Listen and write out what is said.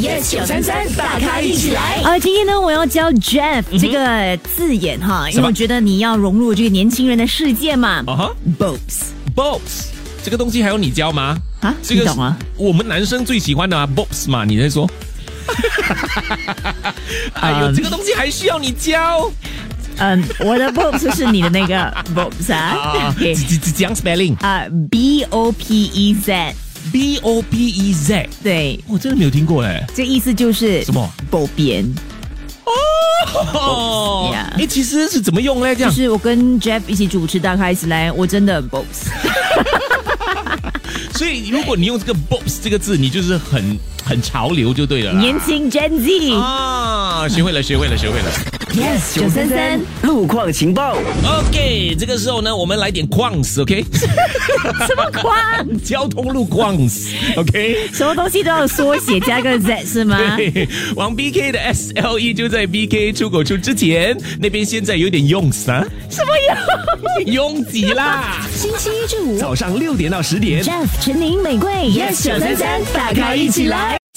yes 九三三，大咖一起来。呃，今天呢，我要教 Jeff 这个字眼哈，因什为么我觉得你要融入这个年轻人的世界嘛。啊哈 Bobs， ，Bobs 这个东西还用你教吗？啊这个你懂啊是我们男生最喜欢的啊，Bobs 嘛，你 在说？哎呦，嗯这个东西还需要你教嗯，我的 Bobs 是你的那个 Bobs 啊啊？这这这这样 spelling？B 啊，B O P E Z， O B E Z，对，我真的没有听过哎。这意思就是什么狗边？哦 yeah 哎，其实是怎么用嘞？这就样是我跟 Jeff 一起主持大咖一起来，我真的 Bobs。所以如果你用这个 “bops” 这个字，你就是很很潮流就对了啦。年轻 Gen Z，啊，学会了，学会了，学会了。 yes 九三三路况情报 OK，这个时候呢，我们来点 quants，OK，、什么框？ 交通路 quants，OK、什么东西都要缩写加个 Z 是吗？对， 往 BK 的 SLE 就在 BK 出口处之前，那边现在有点拥塞、啊，什么用？ 拥挤啦。星期一至五早上六点到十点。 ，Jeff、陈宁、玫瑰，Yes 九三三，大咖一起来。